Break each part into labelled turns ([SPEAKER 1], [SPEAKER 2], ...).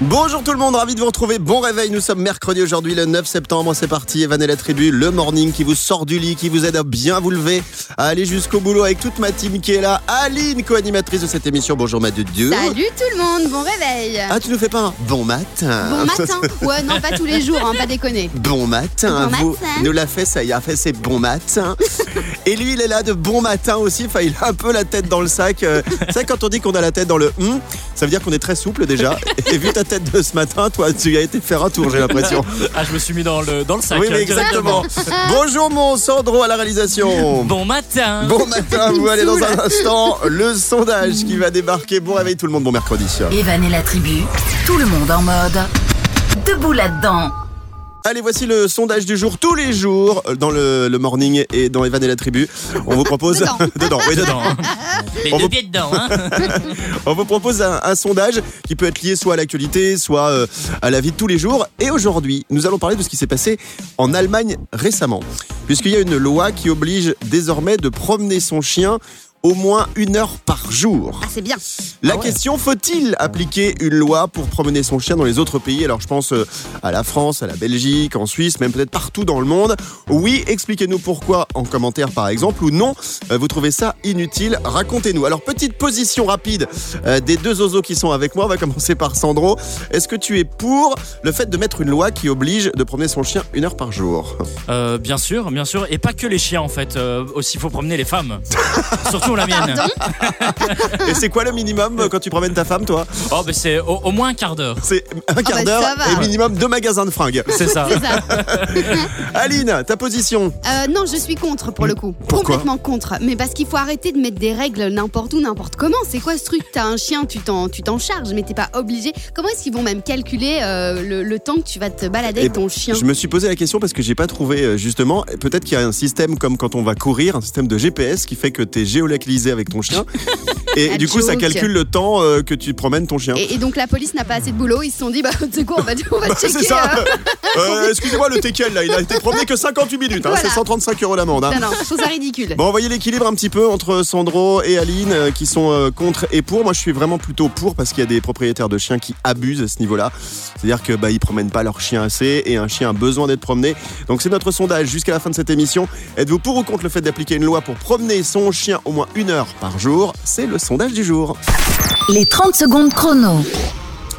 [SPEAKER 1] Bonjour tout le monde, ravi de vous retrouver. Bon réveil, nous sommes mercredi aujourd'hui, le 9 septembre. C'est parti, Evan et la tribu, le morning qui vous sort du lit, qui vous aide à bien vous lever, à aller jusqu'au boulot avec toute ma team qui est là. Aline, co-animatrice de cette émission. Bonjour, ma de Dieu.
[SPEAKER 2] Salut tout le monde, bon réveil.
[SPEAKER 1] Ah, tu nous fais pas un bon matin
[SPEAKER 2] Bon matin. Ouais, non, pas tous les jours, hein, pas déconner.
[SPEAKER 1] Bon matin,
[SPEAKER 2] Bon
[SPEAKER 1] vous
[SPEAKER 2] matin.
[SPEAKER 1] nous l'a fait, ça y a fait, c'est bon matin. Et lui, il est là de bon matin aussi, enfin, il a un peu la tête dans le sac. Euh, C'est vrai, quand on dit qu'on a la tête dans le hum, ça veut dire qu'on est très souple déjà. Et vu ta tête de ce matin, toi, tu as été faire un tour, j'ai l'impression.
[SPEAKER 3] Ah, je me suis mis dans le, dans le sac.
[SPEAKER 1] Oui,
[SPEAKER 3] euh,
[SPEAKER 1] mais exactement. Bonjour, mon Sandro à la réalisation.
[SPEAKER 3] Bon matin.
[SPEAKER 1] Bon matin, vous allez dans un instant le sondage qui va débarquer. Bon réveil tout le monde, bon mercredi.
[SPEAKER 4] Evan et la tribu, tout le monde en mode. Debout là-dedans.
[SPEAKER 2] Ah,
[SPEAKER 1] Allez, voici le sondage du jour. Tous les jours, dans le, le morning et dans Evan et la tribu, on vous propose...
[SPEAKER 2] Dedans.
[SPEAKER 1] dedans, oui, dedans.
[SPEAKER 3] Dedans. Les
[SPEAKER 1] On
[SPEAKER 3] deux
[SPEAKER 1] vous-
[SPEAKER 3] pieds dedans, hein.
[SPEAKER 1] On vous propose un, un sondage qui peut être lié soit à l'actualité, soit euh, à la vie de tous les jours. Et aujourd'hui, nous allons parler de ce qui s'est passé en Allemagne récemment. Puisqu'il y a une loi qui oblige désormais de promener son chien au moins une heure par jour.
[SPEAKER 2] Ah, c'est bien.
[SPEAKER 1] La question, faut-il appliquer une loi pour promener son chien dans les autres pays Alors je pense euh, à la France, à la Belgique, en Suisse, même peut-être partout dans le monde. Oui, expliquez-nous pourquoi en commentaire par exemple, ou non, euh, vous trouvez ça inutile, racontez-nous. Alors petite position rapide euh, des deux oiseaux qui sont avec moi, on va commencer par Sandro. Est-ce que tu es pour le fait de mettre une loi qui oblige de promener son chien une heure par jour
[SPEAKER 3] Euh, bien sûr, bien sûr. Et pas que les chiens, en fait. Euh, aussi, il faut promener les femmes. Surtout la mienne.
[SPEAKER 1] Et c'est quoi le minimum euh, quand tu promènes ta femme toi
[SPEAKER 3] Oh, ben c'est au, au moins un quart d'heure.
[SPEAKER 1] C'est un quart
[SPEAKER 2] bah,
[SPEAKER 1] d'heure
[SPEAKER 2] ça va.
[SPEAKER 1] et minimum deux magasins de fringues.
[SPEAKER 3] C'est ça.
[SPEAKER 2] C'est ça.
[SPEAKER 1] Aline, ta position
[SPEAKER 2] Euh, non, je suis contre pour le coup.
[SPEAKER 1] Pourquoi
[SPEAKER 2] Complètement contre. Mais parce qu'il faut arrêter de mettre des règles n'importe où, n'importe comment. C'est quoi ce truc T'as un chien, tu t'en, tu t'en charges, mais t'es pas obligé. Comment est-ce qu'ils vont même calculer euh, le, le temps que tu vas te balader
[SPEAKER 1] Eh
[SPEAKER 2] avec ton chien
[SPEAKER 1] Je me suis posé la question parce que j'ai pas trouvé euh, justement. Et Peut-être qu'il y a un système comme quand on va courir, un système de GPS qui fait que t'es géolocalisé avec ton chien. Et
[SPEAKER 2] La
[SPEAKER 1] du coup, ça
[SPEAKER 2] joke.
[SPEAKER 1] calcule le temps euh, que tu promènes ton chien.
[SPEAKER 2] Et, et donc la police n'a pas assez de boulot. Ils se sont dit, bah, c'est quoi On va, on va
[SPEAKER 1] C'est
[SPEAKER 2] checker.
[SPEAKER 1] ça.
[SPEAKER 2] euh,
[SPEAKER 1] Euh, Excusez-moi, le TKL là, il a été promené que 58 minutes. hein.
[SPEAKER 2] Voilà.
[SPEAKER 1] C'est 135 euros l'amende. hein.
[SPEAKER 2] Non, non, je trouve ça ridicule.
[SPEAKER 1] Bon, on voyait l'équilibre un petit peu entre Sandro et Aline euh, qui sont euh, contre et pour. Moi, je suis vraiment plutôt pour parce qu'il y a des propriétaires de chiens qui abusent à ce niveau-là. C'est-à-dire que bah, ils promènent pas leur chien assez et un chien a besoin d'être promené. Donc, c'est notre sondage jusqu'à la fin de cette émission. Êtes-vous pour ou contre le fait d'appliquer une loi pour promener son chien au moins une heure par jour C'est le sondage du jour.
[SPEAKER 4] Les 30 secondes chrono.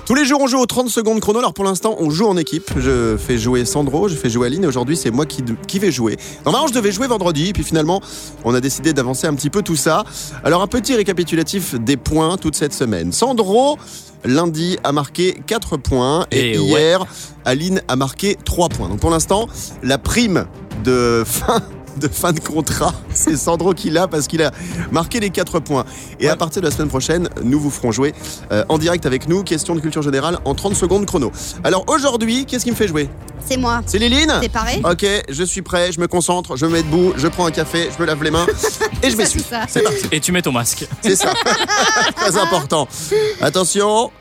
[SPEAKER 1] Tous les jours, on joue aux 30 secondes chrono. Alors, pour l'instant, on joue en équipe. Je fais jouer Sandro, je fais jouer Aline. Et Aujourd'hui, c'est moi qui, qui vais jouer. Normalement, je devais jouer vendredi. Et puis finalement, on a décidé d'avancer un petit peu tout ça. Alors, un petit récapitulatif des points toute cette semaine. Sandro, lundi, a marqué 4 points. Et,
[SPEAKER 3] Eh ouais.
[SPEAKER 1] hier, Aline a marqué 3 points. Donc, pour l'instant, la prime de fin de fin de contrat, c'est Sandro qui l'a parce qu'il a marqué les 4 points. Et à partir de la semaine prochaine, nous vous ferons jouer euh, en direct avec nous. Question de culture générale en 30 secondes chrono. Alors aujourd'hui, qu'est-ce qui me fait jouer
[SPEAKER 2] C'est moi.
[SPEAKER 1] C'est Liline
[SPEAKER 2] C'est pareil
[SPEAKER 1] Ok, je suis prêt, je me concentre, je me mets debout, je prends un café, je me lave les mains et je
[SPEAKER 2] Ça,
[SPEAKER 1] m'essuie.
[SPEAKER 2] c'est ça.
[SPEAKER 1] C'est parti,
[SPEAKER 3] Et tu mets ton masque.
[SPEAKER 1] c'est ça. Très important. Attention,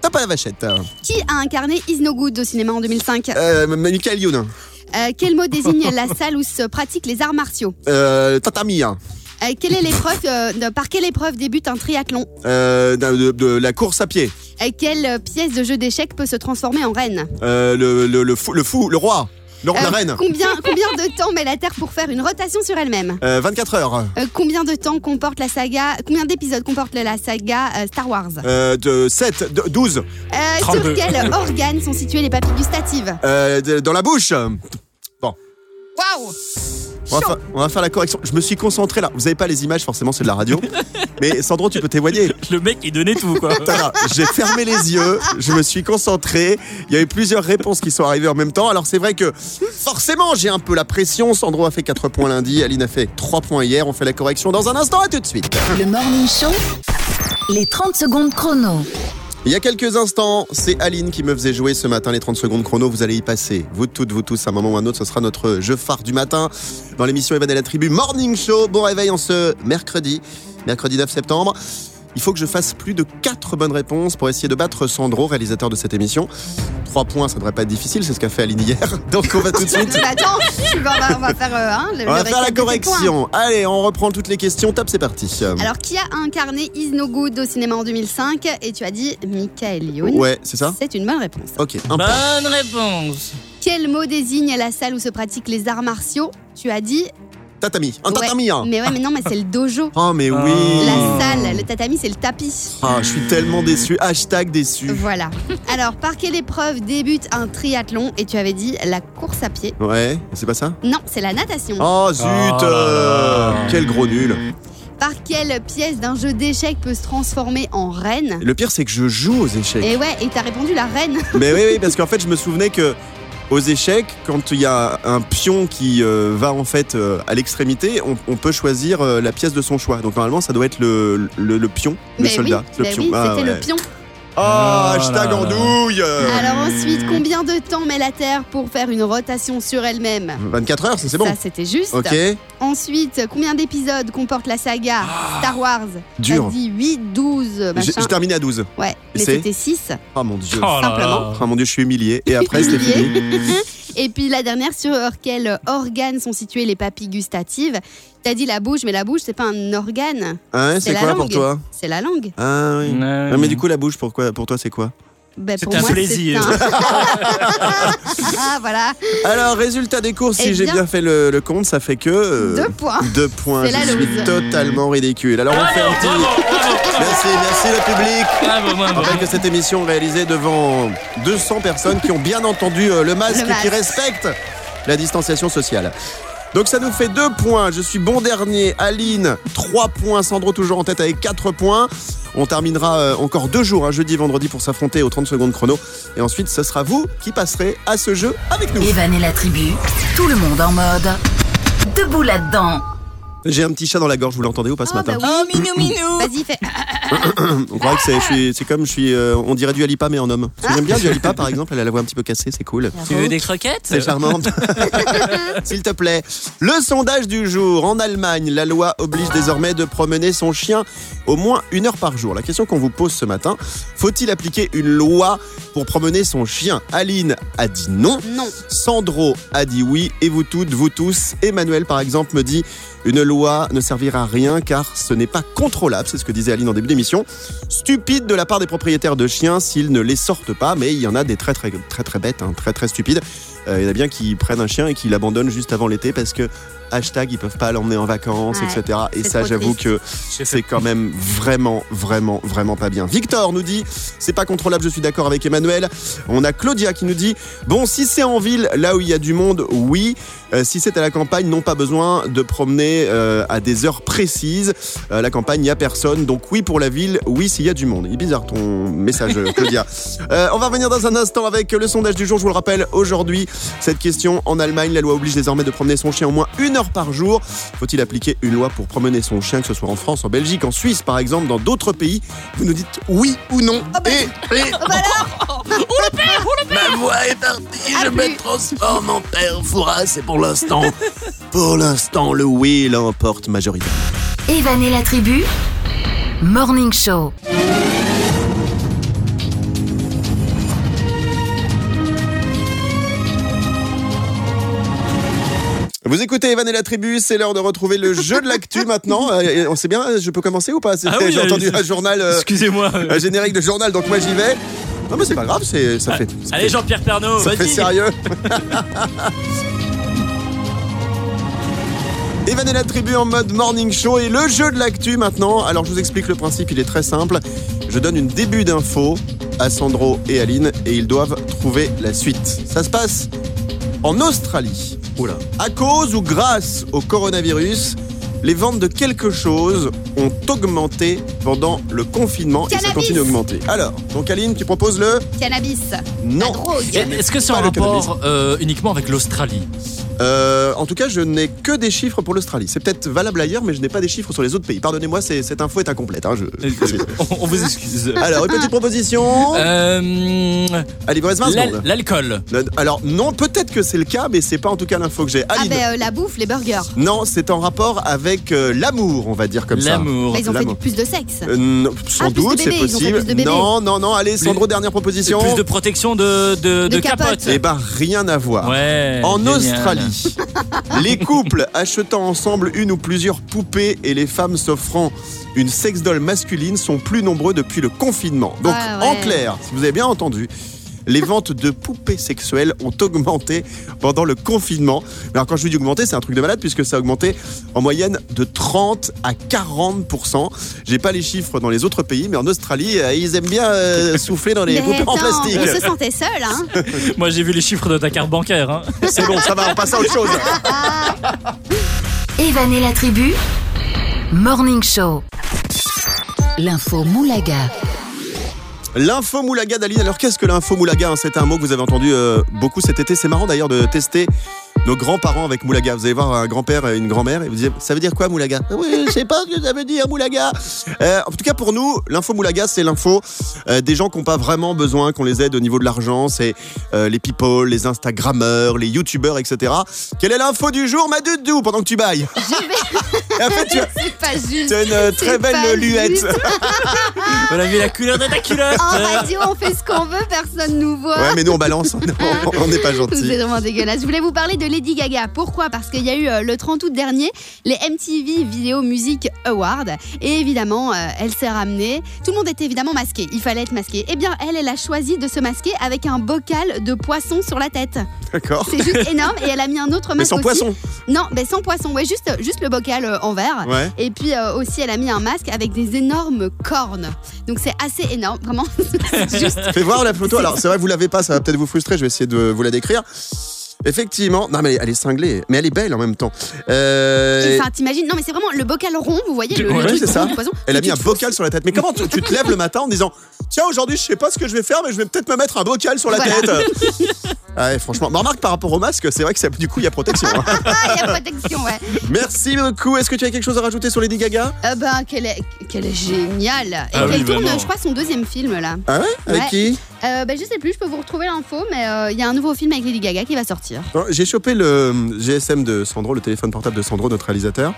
[SPEAKER 1] t'as pas la vachette.
[SPEAKER 2] Qui a incarné Is No Good au cinéma en 2005
[SPEAKER 1] Euh, Michael Youn,
[SPEAKER 2] Euh, Quel mot désigne la salle où se pratiquent les arts martiaux
[SPEAKER 1] euh, Tatami, hein.
[SPEAKER 2] Euh, quelle est l'épreuve euh, de- Par quelle épreuve débute un triathlon
[SPEAKER 1] Euh, de, de- de la course à pied,
[SPEAKER 2] Euh, Quelle euh, pièce de jeu d'échecs peut se transformer en reine
[SPEAKER 1] Euh, le, le, le fou, le fou, le roi, le roi,
[SPEAKER 2] Euh,
[SPEAKER 1] la reine.
[SPEAKER 2] Combien, combien de temps met la Terre pour faire une rotation sur elle-même
[SPEAKER 1] Euh, 24 heures.
[SPEAKER 2] Euh, Combien de temps comporte la saga Combien d'épisodes comporte la saga euh, Star Wars
[SPEAKER 1] Euh, de 7, de- 12.
[SPEAKER 2] Euh, Sur
[SPEAKER 3] 32.
[SPEAKER 2] quel organe sont situées les papilles gustatives
[SPEAKER 1] Euh, de- dans la bouche.
[SPEAKER 2] Waouh
[SPEAKER 1] On va, fa- on va faire la correction. Je me suis concentré là. Vous avez pas les images, forcément, c'est de la radio. Mais Sandro, tu peux t'éloigner.
[SPEAKER 3] Le mec, il donnait tout, quoi.
[SPEAKER 1] Putain, là, J'ai fermé les yeux, je me suis concentré. Il y a eu plusieurs réponses qui sont arrivées en même temps. Alors, c'est vrai que forcément, j'ai un peu la pression. Sandro a fait 4 points lundi, Aline a fait 3 points hier. On fait la correction dans un instant. À tout de suite.
[SPEAKER 4] Le Morning Show. Les 30 secondes chrono.
[SPEAKER 1] Il y a quelques instants, c'est Aline qui me faisait jouer ce matin les 30 secondes chrono. Vous allez y passer. Vous toutes, vous tous, à un moment ou un autre, ce sera notre jeu phare du matin dans l'émission Evan et la tribu Morning Show. Bon réveil en ce mercredi, mercredi 9 septembre. Il faut que je fasse plus de 4 bonnes réponses pour essayer de battre Sandro, réalisateur de cette émission. 3 points, ça devrait pas être difficile, c'est ce qu'a fait Aline hier. Donc on va tout de suite.
[SPEAKER 2] Mais Bah, attends, tu vas- on va, on va faire, euh, hein, le-
[SPEAKER 1] On va
[SPEAKER 2] le
[SPEAKER 1] faire la
[SPEAKER 2] récap de tes points.
[SPEAKER 1] correction. Allez, on reprend toutes les questions. Top, c'est parti.
[SPEAKER 2] Alors, qui a incarné Is No Good au cinéma en 2005 Et tu as dit Michael Youn.
[SPEAKER 1] Ouais, c'est ça
[SPEAKER 2] C'est une bonne réponse.
[SPEAKER 1] Ok, un point.
[SPEAKER 3] Bonne réponse.
[SPEAKER 2] Quel mot désigne la salle où se pratiquent les arts martiaux Tu as dit.
[SPEAKER 1] Tatami. Un
[SPEAKER 2] Ouais. Mm.
[SPEAKER 1] tatami, hein.
[SPEAKER 2] Mais ouais, mais non, mais c'est le dojo.
[SPEAKER 1] Oh, mais oui.
[SPEAKER 2] La salle, le tatami, c'est le tapis.
[SPEAKER 1] Ah, je suis tellement déçu. Hashtag déçu.
[SPEAKER 2] Voilà. Alors, par quelle épreuve débute un triathlon Et tu avais dit la course à pied.
[SPEAKER 1] Ouais, c'est pas ça
[SPEAKER 2] Non, c'est la natation.
[SPEAKER 1] Oh zut
[SPEAKER 3] Oh là
[SPEAKER 1] euh,
[SPEAKER 3] là.
[SPEAKER 1] Quel gros nul.
[SPEAKER 2] Par quelle pièce d'un jeu d'échecs peut se transformer en reine
[SPEAKER 1] Le pire, c'est que je joue aux échecs.
[SPEAKER 2] Et ouais, et t'as répondu la reine.
[SPEAKER 1] Mais oui, oui, parce qu'en fait, je me souvenais que aux échecs, quand il y a un pion qui euh, va en fait euh, à l'extrémité, on, on peut choisir euh, la pièce de son choix. Donc normalement, ça doit être le, le, le pion, le
[SPEAKER 2] Mais
[SPEAKER 1] soldat, le
[SPEAKER 2] Ben oui, mais
[SPEAKER 1] pion.
[SPEAKER 2] oui,
[SPEAKER 1] Ah,
[SPEAKER 2] c'était le
[SPEAKER 1] ouais. Euh.
[SPEAKER 2] pion.
[SPEAKER 1] Oh,
[SPEAKER 3] Ah
[SPEAKER 1] hashtag
[SPEAKER 3] là
[SPEAKER 1] en
[SPEAKER 3] là.
[SPEAKER 1] douille
[SPEAKER 2] Alors ensuite, combien de temps met la Terre pour faire une rotation sur elle-même
[SPEAKER 1] 24 heures, ça, c'est bon.
[SPEAKER 2] Ça, c'était juste.
[SPEAKER 1] Ok,
[SPEAKER 2] Ensuite, combien d'épisodes comporte la saga Star Wars
[SPEAKER 1] Ah, dur.
[SPEAKER 2] T'as dit 8, 12,
[SPEAKER 1] J'ai
[SPEAKER 2] machin.
[SPEAKER 1] j'ai terminé à 12.
[SPEAKER 2] Ouais, mais
[SPEAKER 1] c'est
[SPEAKER 2] c'était 6.
[SPEAKER 1] Oh mon dieu.
[SPEAKER 3] Oh là
[SPEAKER 2] Simplement.
[SPEAKER 3] là.
[SPEAKER 1] Oh mon dieu, je suis humilié. Et après, c'était fini.
[SPEAKER 2] Et puis la dernière, sur euh, quel organe sont situées les papilles gustatives T'as dit la bouche, mais la bouche, c'est pas un organe,
[SPEAKER 1] Hein, c'est
[SPEAKER 2] la
[SPEAKER 1] quoi
[SPEAKER 2] langue.
[SPEAKER 1] pour toi
[SPEAKER 2] c'est la langue.
[SPEAKER 1] Ah oui.
[SPEAKER 3] Ouais.
[SPEAKER 1] Non, mais du coup, la bouche, pour, quoi, pour toi, c'est quoi
[SPEAKER 2] Ben,
[SPEAKER 3] C'est
[SPEAKER 2] pour
[SPEAKER 3] un
[SPEAKER 2] moi,
[SPEAKER 3] plaisir.
[SPEAKER 2] c'est un- ah, voilà,
[SPEAKER 1] Alors, résultat des courses, si
[SPEAKER 2] Eh
[SPEAKER 1] j'ai
[SPEAKER 2] bien-
[SPEAKER 1] bien fait le, le compte, ça fait que. euh,
[SPEAKER 2] deux points.
[SPEAKER 1] deux points.
[SPEAKER 2] C'est la
[SPEAKER 1] Je suis
[SPEAKER 2] loose.
[SPEAKER 1] totalement ridicule. Alors, on fait un petit.
[SPEAKER 3] Bravo, bravo,
[SPEAKER 1] Merci, merci le public.
[SPEAKER 3] bravo,
[SPEAKER 1] Je
[SPEAKER 3] bravo.
[SPEAKER 1] rappelle que cette émission est réalisée devant 200 personnes qui ont bien entendu euh, le masque,
[SPEAKER 2] Le masque.
[SPEAKER 1] et qui respectent la distanciation sociale. Donc ça nous fait 2 points, je suis bon dernier, Aline 3 points, Sandro toujours en tête avec 4 points. On terminera euh, encore 2 jours, hein, jeudi et vendredi, pour s'affronter aux 30 secondes chrono. Et ensuite, ce sera vous qui passerez à ce jeu avec
[SPEAKER 2] Eh
[SPEAKER 1] nous.
[SPEAKER 2] ben.
[SPEAKER 4] Evan et la tribu, tout le monde en mode. Debout là-dedans.
[SPEAKER 1] J'ai un petit chat dans la gorge, vous l'entendez ou pas ce
[SPEAKER 2] Ah,
[SPEAKER 1] matin
[SPEAKER 2] bah
[SPEAKER 3] Oh,
[SPEAKER 2] oui.
[SPEAKER 4] minou minou
[SPEAKER 2] Vas-y, fais.
[SPEAKER 1] On croit que c'est, je suis- c'est comme je suis, euh, on dirait du Alipa mais en homme. Parce que J'aime bien du Alipa par exemple, elle a la voix un petit peu cassée, c'est cool.
[SPEAKER 3] Tu veux des croquettes
[SPEAKER 1] C'est charmant. S'il te plaît. Le sondage du jour. En Allemagne, la loi oblige désormais de promener son chien au moins une heure par jour. La question qu'on vous pose ce matin, faut-il appliquer une loi pour promener son chien Aline a dit non.
[SPEAKER 2] Non.
[SPEAKER 1] Sandro a dit oui. Et vous toutes, vous tous. Emmanuel, par exemple, me dit une loi ne servira à rien car ce n'est pas contrôlable. C'est ce que disait Aline en début d'émission. Stupide de la part des propriétaires de chiens s'ils ne les sortent pas, mais il y en a des très très très très bêtes, hein, très très stupides. Euh, il y en a bien qui prennent un chien et qui l'abandonnent juste avant l'été parce que hashtag ils peuvent pas l'emmener en vacances,
[SPEAKER 2] Ouais,
[SPEAKER 1] etc. Et
[SPEAKER 2] c'est
[SPEAKER 1] ça,
[SPEAKER 2] trop
[SPEAKER 1] j'avoue
[SPEAKER 2] triste.
[SPEAKER 1] que c'est quand même vraiment, vraiment, vraiment pas bien. Victor nous dit, c'est pas contrôlable, je suis d'accord avec Emmanuel. On a Claudia qui nous dit, bon, si c'est en ville, là où il y a du monde, oui. Euh, si c'est à la campagne, non pas besoin de promener euh, à des heures précises. Euh, la campagne, il n'y a personne. Donc oui pour la ville, oui s'il y a du monde. Il est bizarre ton message, euh, Claudia. Euh, on va revenir dans un instant avec le sondage du jour. Je vous le rappelle, aujourd'hui, cette question en Allemagne, la loi oblige désormais de promener son chien au moins une heure par jour. Faut-il appliquer une loi pour promener son chien, que ce soit en France, en Belgique, en Suisse, par exemple, dans d'autres pays Vous nous dites oui ou non. et, et-
[SPEAKER 5] Ma voix est partie,
[SPEAKER 2] Ah,
[SPEAKER 5] je
[SPEAKER 2] plus.
[SPEAKER 5] me transforme en père Foura, c'est pour l'instant.
[SPEAKER 1] pour l'instant, le oui l'emporte majoritaire.
[SPEAKER 4] Evan et la tribu, Morning Show.
[SPEAKER 1] Vous écoutez Evan et la tribu, c'est l'heure de retrouver le jeu de l'actu maintenant. Euh, et on sait bien, je peux commencer ou pas C'était-
[SPEAKER 3] Ah oui,
[SPEAKER 1] J'ai
[SPEAKER 3] euh,
[SPEAKER 1] entendu
[SPEAKER 3] c'est-
[SPEAKER 1] un journal, euh,
[SPEAKER 3] Excusez-moi.
[SPEAKER 1] un générique de journal, donc moi j'y vais. Non mais c'est pas grave, c'est ça fait. ça
[SPEAKER 3] Ah, Allez
[SPEAKER 1] fait-
[SPEAKER 3] Jean-Pierre Pernaud,
[SPEAKER 1] Ça fait
[SPEAKER 3] vas-y.
[SPEAKER 1] sérieux. Evan et la tribu en mode morning show et le jeu de l'actu maintenant. Alors je vous explique le principe, il est très simple. Je donne une début d'info à Sandro et Aline et ils doivent trouver la suite. Ça se passe en Australie. Oula. À cause ou grâce au coronavirus, les ventes de quelque chose ont augmenté pendant le confinement et ça
[SPEAKER 2] Cannabis.
[SPEAKER 1] continue d'augmenter. Alors, donc Aline, tu proposes le
[SPEAKER 2] Cannabis.
[SPEAKER 1] non.
[SPEAKER 2] La drogue.
[SPEAKER 3] Est-ce que c'est en
[SPEAKER 1] Pas le
[SPEAKER 3] rapport euh, uniquement avec l'Australie
[SPEAKER 1] Euh, en tout cas, je n'ai que des chiffres pour l'Australie. C'est peut-être valable ailleurs, mais je n'ai pas des chiffres sur les autres pays. Pardonnez-moi, c'est- cette info est incomplète. hein, je-
[SPEAKER 3] Euh, euh, on, on vous excuse.
[SPEAKER 1] Alors, une petite proposition.
[SPEAKER 3] Euh,
[SPEAKER 1] Allez, il vous reste 20
[SPEAKER 3] l'al-
[SPEAKER 1] secondes.
[SPEAKER 3] L'alcool.
[SPEAKER 1] Alors, non, peut-être que c'est le cas, mais c'est pas en tout cas l'info que j'ai.
[SPEAKER 2] Ah
[SPEAKER 1] Aline.
[SPEAKER 2] ben euh, la bouffe, les burgers.
[SPEAKER 1] Non, c'est en rapport avec euh, l'amour, on va dire comme ça.
[SPEAKER 3] L'amour.
[SPEAKER 2] Bah, ils ont fait
[SPEAKER 1] l'amour.
[SPEAKER 2] du plus de sexe.
[SPEAKER 1] Euh, non, sans
[SPEAKER 2] Ah, plus de
[SPEAKER 1] doute, c'est
[SPEAKER 2] bébés, ils ont fait
[SPEAKER 1] possible.
[SPEAKER 2] plus de bébés.
[SPEAKER 1] non, non, non. Allez, Sandro,
[SPEAKER 3] Plus-
[SPEAKER 1] dernière proposition.
[SPEAKER 3] Plus de protection de,
[SPEAKER 2] De
[SPEAKER 3] de, de
[SPEAKER 2] capote.
[SPEAKER 3] capote.
[SPEAKER 1] Eh ben, rien à voir.
[SPEAKER 3] Ouais.
[SPEAKER 1] En
[SPEAKER 3] génial.
[SPEAKER 1] Australie, les couples achetant ensemble une ou plusieurs poupées et les femmes s'offrant une sexdoll masculine sont plus nombreux depuis le confinement. Donc,
[SPEAKER 2] Ouais, Ah ouais.
[SPEAKER 1] en clair, si vous avez bien entendu, les ventes de poupées sexuelles ont augmenté pendant le confinement. Mais alors, quand je vous dis augmenter, c'est un truc de malade puisque ça a augmenté en moyenne de 30 à 40 J'ai pas les chiffres dans les autres pays, mais en Australie, euh, ils aiment bien euh, souffler dans les
[SPEAKER 2] Mais
[SPEAKER 1] poupées en
[SPEAKER 2] attends,
[SPEAKER 1] plastique.
[SPEAKER 2] on se sentait seul, hein
[SPEAKER 3] Moi, j'ai vu les chiffres de ta carte bancaire. hein.
[SPEAKER 1] C'est bon, ça va, on passe à autre chose.
[SPEAKER 6] Evan et la tribu, Morning Show.
[SPEAKER 4] L'info Moulaga.
[SPEAKER 1] L'info moulaga d'Aline. Alors, qu'est-ce que l'info moulaga hein C'est un mot que vous avez entendu euh, beaucoup cet été. C'est marrant d'ailleurs de tester nos grands-parents avec moulaga. Vous allez voir un grand-père et une grand-mère et vous dites Ça veut dire quoi moulaga Euh, Oui, je sais pas ce que ça veut dire moulaga. Euh, en tout cas, pour nous, l'info moulaga, c'est l'info euh, des gens qui n'ont pas vraiment besoin qu'on les aide au niveau de l'argent. C'est euh, les people, les Instagrammeurs, les youtubeurs, etc. Quelle est l'info du jour, ma doudou, pendant que tu bailles Et après, tu as-
[SPEAKER 2] C'est pas juste.
[SPEAKER 1] tu as une euh,
[SPEAKER 2] C'est
[SPEAKER 1] très
[SPEAKER 2] pas
[SPEAKER 1] belle luette.
[SPEAKER 2] juste. Ah.
[SPEAKER 3] On a vu la couleur de ta culotte.
[SPEAKER 2] En radio, on fait ce qu'on veut, personne nous voit.
[SPEAKER 1] Ouais, mais nous, on balance. Non, on n'est pas gentil.
[SPEAKER 2] C'est vraiment dégueulasse. Je voulais vous parler de Lady Gaga. Pourquoi Parce qu'il y a eu euh, le 30 août dernier les MTV Video Music Awards. Et évidemment, euh, elle s'est ramenée. Tout le monde était évidemment masqué. Il fallait être masqué. Eh bien, elle, elle a choisi de se masquer avec un bocal de poisson sur la tête.
[SPEAKER 1] D'accord.
[SPEAKER 2] C'est juste énorme. Et elle a mis un autre masque
[SPEAKER 1] Mais sans
[SPEAKER 2] aussi.
[SPEAKER 1] poisson.
[SPEAKER 2] Non, mais sans poisson. Ouais, juste, juste le bocal euh, en verre.
[SPEAKER 1] Ouais.
[SPEAKER 2] Et puis euh, aussi, elle a mis un masque avec des énormes cornes. Donc c'est assez énorme, vraiment. C'est juste
[SPEAKER 1] Fais voir la photo. Alors, c'est vrai que vous l'avez pas, ça va peut-être vous frustrer. Je vais essayer de vous la décrire. Effectivement, non mais elle est cinglée, mais elle est belle en même temps. Euh,
[SPEAKER 2] Enfin, t'imagines Non, mais c'est vraiment le bocal rond, vous voyez, le,
[SPEAKER 3] Ouais,
[SPEAKER 2] le truc
[SPEAKER 1] c'est ça.
[SPEAKER 2] rond de poisson.
[SPEAKER 1] elle a
[SPEAKER 2] Et
[SPEAKER 1] mis
[SPEAKER 2] tu
[SPEAKER 1] un
[SPEAKER 2] te
[SPEAKER 1] bocal sur la tête. Mais comment tu, tu te lèves le matin en disant Tiens, aujourd'hui, je sais pas ce que je vais faire, mais je vais peut-être me mettre un bocal sur la
[SPEAKER 2] Voilà.
[SPEAKER 1] tête. Ouais, franchement. Mais remarque par rapport au masque, c'est vrai que ça, du coup, il y a protection. hein.
[SPEAKER 2] fous- Ah, il y a protection, ouais.
[SPEAKER 1] Merci beaucoup. Est-ce que tu as quelque chose à rajouter sur Lady Gaga
[SPEAKER 2] Ah ben, qu'elle est, qu'elle est géniale. Et
[SPEAKER 3] Ah oui,
[SPEAKER 2] elle tourne,
[SPEAKER 3] vraiment.
[SPEAKER 2] je crois, son deuxième film, là.
[SPEAKER 1] Ah ouais Avec
[SPEAKER 2] Ouais.
[SPEAKER 1] qui
[SPEAKER 2] Euh, ben, je sais plus, je peux vous retrouver l'info, mais euh, il y a un nouveau film avec Lady Gaga qui va sortir.
[SPEAKER 1] Non, J'ai chopé le GSM de Sandro, le téléphone portable de Sandro, notre réalisateur.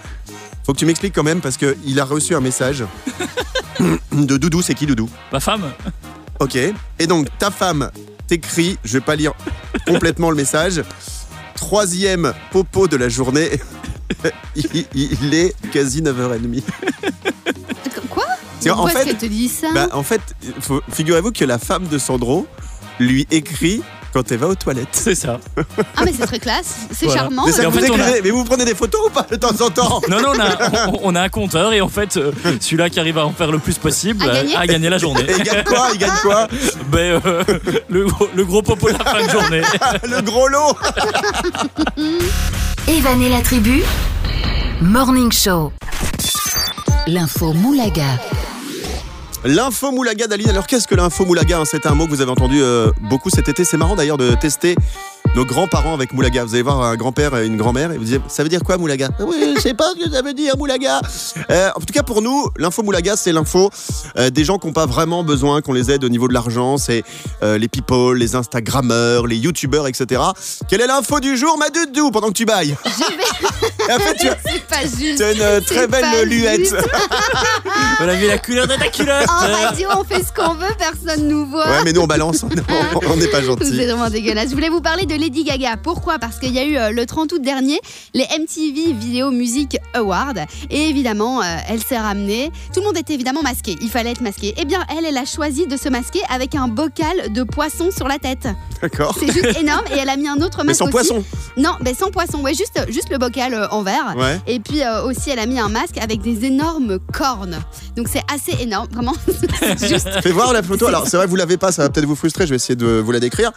[SPEAKER 1] Faut que tu m'expliques quand même parce qu'il a reçu un message de Doudou. C'est qui Doudou
[SPEAKER 3] Ma femme
[SPEAKER 1] Ok. Et donc ta femme t'écrit, je vais pas lire complètement le message. Troisième popo de la journée. il, il est quasi 9h30.
[SPEAKER 3] Ah
[SPEAKER 2] Qu- Quoi
[SPEAKER 1] Tiens, en
[SPEAKER 2] Pourquoi est-ce
[SPEAKER 1] fait-
[SPEAKER 2] qu'elle te dit ça
[SPEAKER 1] Bah, en fait, faut- figurez-vous que la femme de Sandro lui écrit quand elle va aux toilettes.
[SPEAKER 3] C'est ça.
[SPEAKER 2] Ah, mais c'est très classe, c'est
[SPEAKER 3] Voilà.
[SPEAKER 2] charmant.
[SPEAKER 1] mais, ça
[SPEAKER 3] Oh, mais en
[SPEAKER 1] vous
[SPEAKER 3] fait, on
[SPEAKER 1] écrivez- mais vous prenez des photos ou pas de temps en temps
[SPEAKER 3] Non, non, on a, on, on a un compteur et en fait, euh, celui-là qui arrive à en faire le plus possible
[SPEAKER 2] À
[SPEAKER 3] euh,
[SPEAKER 2] gagner
[SPEAKER 3] a gagné la journée.
[SPEAKER 1] Et il gagne quoi Il gagne quoi
[SPEAKER 3] ben, euh, le, gros- le gros popo de la fin de journée.
[SPEAKER 1] Le gros lot
[SPEAKER 6] Evan et la tribu, Morning Show.
[SPEAKER 4] L'info Moulaga.
[SPEAKER 1] L'info moulaga d'Aline. Alors qu'est-ce que l'info moulaga hein C'est un mot que vous avez entendu euh, beaucoup cet été. C'est marrant d'ailleurs de tester nos grands-parents avec moulaga. Vous allez voir un grand-père et une grand-mère et vous dites ça veut dire quoi moulaga Oui, je sais pas ce que ça veut dire moulaga. Euh, en tout cas pour nous, l'info moulaga c'est l'info euh, des gens qui n'ont pas vraiment besoin qu'on les aide au niveau de l'argent. C'est euh, les people, les Instagrammeurs, les youtubeurs, etc. Quelle est l'info du jour, ma doudou, pendant que tu bailles Et après, tu as-
[SPEAKER 2] C'est pas juste.
[SPEAKER 1] tu as une euh,
[SPEAKER 2] C'est
[SPEAKER 1] très belle
[SPEAKER 2] pas
[SPEAKER 1] luette.
[SPEAKER 2] juste.
[SPEAKER 3] On a vu la couleur de ta culotte.
[SPEAKER 2] En radio, on fait ce qu'on veut, personne nous voit.
[SPEAKER 1] Ouais, mais nous on balance. Non, on n'est pas gentil.
[SPEAKER 2] C'est vraiment dégueulasse. Je voulais vous parler de Lady Gaga. Pourquoi Parce qu'il y a eu euh, le 30 août dernier les MTV Video Music Awards. Et évidemment, euh, elle s'est ramenée. Tout le monde était évidemment masqué. Il fallait être masqué. Eh bien, elle, elle a choisi de se masquer avec un bocal de poisson sur la tête.
[SPEAKER 1] D'accord.
[SPEAKER 2] C'est juste énorme. Et elle a mis un autre masque.
[SPEAKER 1] Mais sans
[SPEAKER 2] aussi.
[SPEAKER 1] poisson.
[SPEAKER 2] Non, mais sans poisson. Ouais, juste, juste le bocal euh, en verre.
[SPEAKER 1] Ouais.
[SPEAKER 2] Et puis euh, aussi, elle a mis un masque avec des énormes cornes. Donc c'est assez énorme, vraiment. C'est juste
[SPEAKER 1] Fais voir la photo. Alors, c'est vrai que vous l'avez pas, ça va peut-être vous frustrer. Je vais essayer de vous la décrire.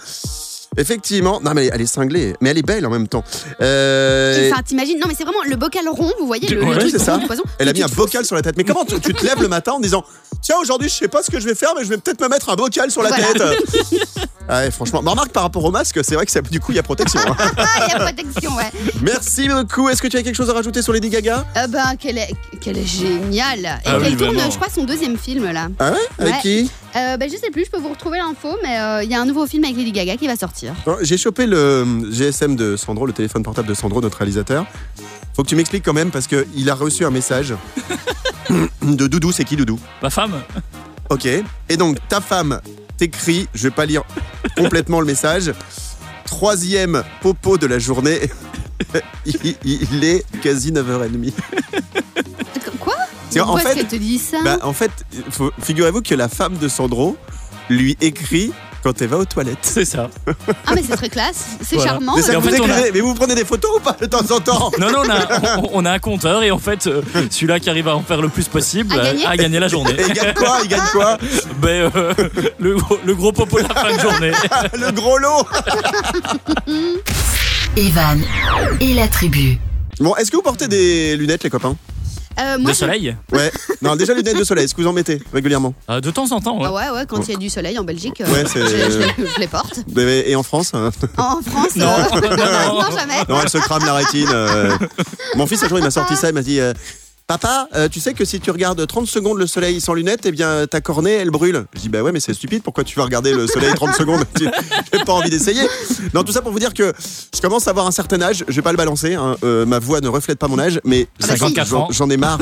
[SPEAKER 1] Effectivement, non mais elle est cinglée, mais elle est belle en même temps. Euh,
[SPEAKER 2] Enfin, t'imagines Non, mais c'est vraiment le bocal rond, vous voyez, le, le
[SPEAKER 3] Ouais,
[SPEAKER 2] truc
[SPEAKER 1] c'est ça.
[SPEAKER 2] rond de poisson.
[SPEAKER 1] elle a
[SPEAKER 2] Et
[SPEAKER 1] mis
[SPEAKER 2] tu
[SPEAKER 1] un
[SPEAKER 2] te
[SPEAKER 1] bocal sur la tête. Mais comment tu, tu te lèves le matin en disant Tiens, aujourd'hui, je sais pas ce que je vais faire, mais je vais peut-être me mettre un bocal sur la
[SPEAKER 2] Voilà.
[SPEAKER 1] tête. Ouais, franchement. Bah, remarque, par rapport au masque, c'est vrai que ça, du coup, il y a protection. hein.
[SPEAKER 2] Ah, il y a protection, ouais.
[SPEAKER 1] Merci beaucoup. Est-ce que tu as quelque chose à rajouter sur Lady Gaga
[SPEAKER 2] Ah ben, qu'elle est, qu'elle est géniale. Et
[SPEAKER 3] Ah
[SPEAKER 2] qu'elle
[SPEAKER 3] oui,
[SPEAKER 2] tourne,
[SPEAKER 3] vraiment.
[SPEAKER 2] je crois, son deuxième film, là.
[SPEAKER 1] Ah ouais Avec
[SPEAKER 2] Ouais.
[SPEAKER 1] qui
[SPEAKER 2] Euh, ben, je sais plus, je peux vous retrouver l'info, mais euh, il y a un nouveau film avec Lady Gaga qui va sortir.
[SPEAKER 1] Non, J'ai chopé le hum, GSM de Sandro, le téléphone portable de Sandro, notre réalisateur. Faut que tu m'expliques quand même parce qu'il a reçu un message de Doudou. C'est qui Doudou
[SPEAKER 3] Ma femme
[SPEAKER 1] Ok. Et donc, ta femme t'écrit, je vais pas lire complètement le message. Troisième popo de la journée. il, il est quasi 9h30.
[SPEAKER 3] Ah
[SPEAKER 2] Quoi
[SPEAKER 1] Tiens, en
[SPEAKER 2] Pourquoi est-ce
[SPEAKER 1] fait-
[SPEAKER 2] qu'elle te dit ça
[SPEAKER 1] Bah, en fait, faut- figurez-vous que la femme de Sandro lui écrit quand elle va aux toilettes.
[SPEAKER 3] C'est ça.
[SPEAKER 2] Ah, mais c'est très classe, c'est
[SPEAKER 3] Voilà.
[SPEAKER 2] charmant.
[SPEAKER 1] Mais, ça
[SPEAKER 3] Ah. Et en
[SPEAKER 1] vous
[SPEAKER 3] fait, on a-
[SPEAKER 1] écrivez- mais vous prenez des photos ou pas de temps en temps
[SPEAKER 3] Non, non, on a, on, on a un compteur et en fait, euh, celui-là qui arrive à en faire le plus possible
[SPEAKER 2] À
[SPEAKER 3] euh,
[SPEAKER 2] gagner
[SPEAKER 3] a gagné la journée.
[SPEAKER 1] Et il gagne quoi Il gagne quoi
[SPEAKER 3] Ben, euh, le, gros- le gros popo de la fin de journée.
[SPEAKER 1] Le gros lot
[SPEAKER 6] Evan et la tribu.
[SPEAKER 1] Bon, est-ce que vous portez des lunettes, les copains
[SPEAKER 2] Euh, moi,
[SPEAKER 3] Le
[SPEAKER 2] je-
[SPEAKER 3] soleil
[SPEAKER 1] Ouais. Non, déjà lunettes de soleil, est-ce que vous en mettez régulièrement
[SPEAKER 3] Euh, De temps en temps, ouais.
[SPEAKER 2] Ah ouais, ouais, quand il y a du soleil en Belgique, euh,
[SPEAKER 1] Ouais, c'est-
[SPEAKER 2] je, je- je les porte.
[SPEAKER 1] Et et en France hein
[SPEAKER 2] En France,
[SPEAKER 3] Non.
[SPEAKER 2] euh,
[SPEAKER 3] Non.
[SPEAKER 2] non, jamais.
[SPEAKER 1] Non, elle se crame la rétine. euh. Mon fils, un jour, il m'a sorti ça, il m'a dit euh, Papa, euh, tu sais que si tu regardes 30 secondes le soleil sans lunettes, eh bien ta cornée, elle brûle. Je dis Bah ouais, mais c'est stupide, pourquoi tu vas regarder le soleil 30 secondes Tu- J'ai pas envie d'essayer. Non, tout ça pour vous dire que je commence à avoir un certain âge, je vais pas le balancer, hein, euh, ma voix ne reflète pas mon âge, mais
[SPEAKER 3] Ah bah si.
[SPEAKER 1] 54 j'en-
[SPEAKER 3] ans.
[SPEAKER 1] j'en ai marre.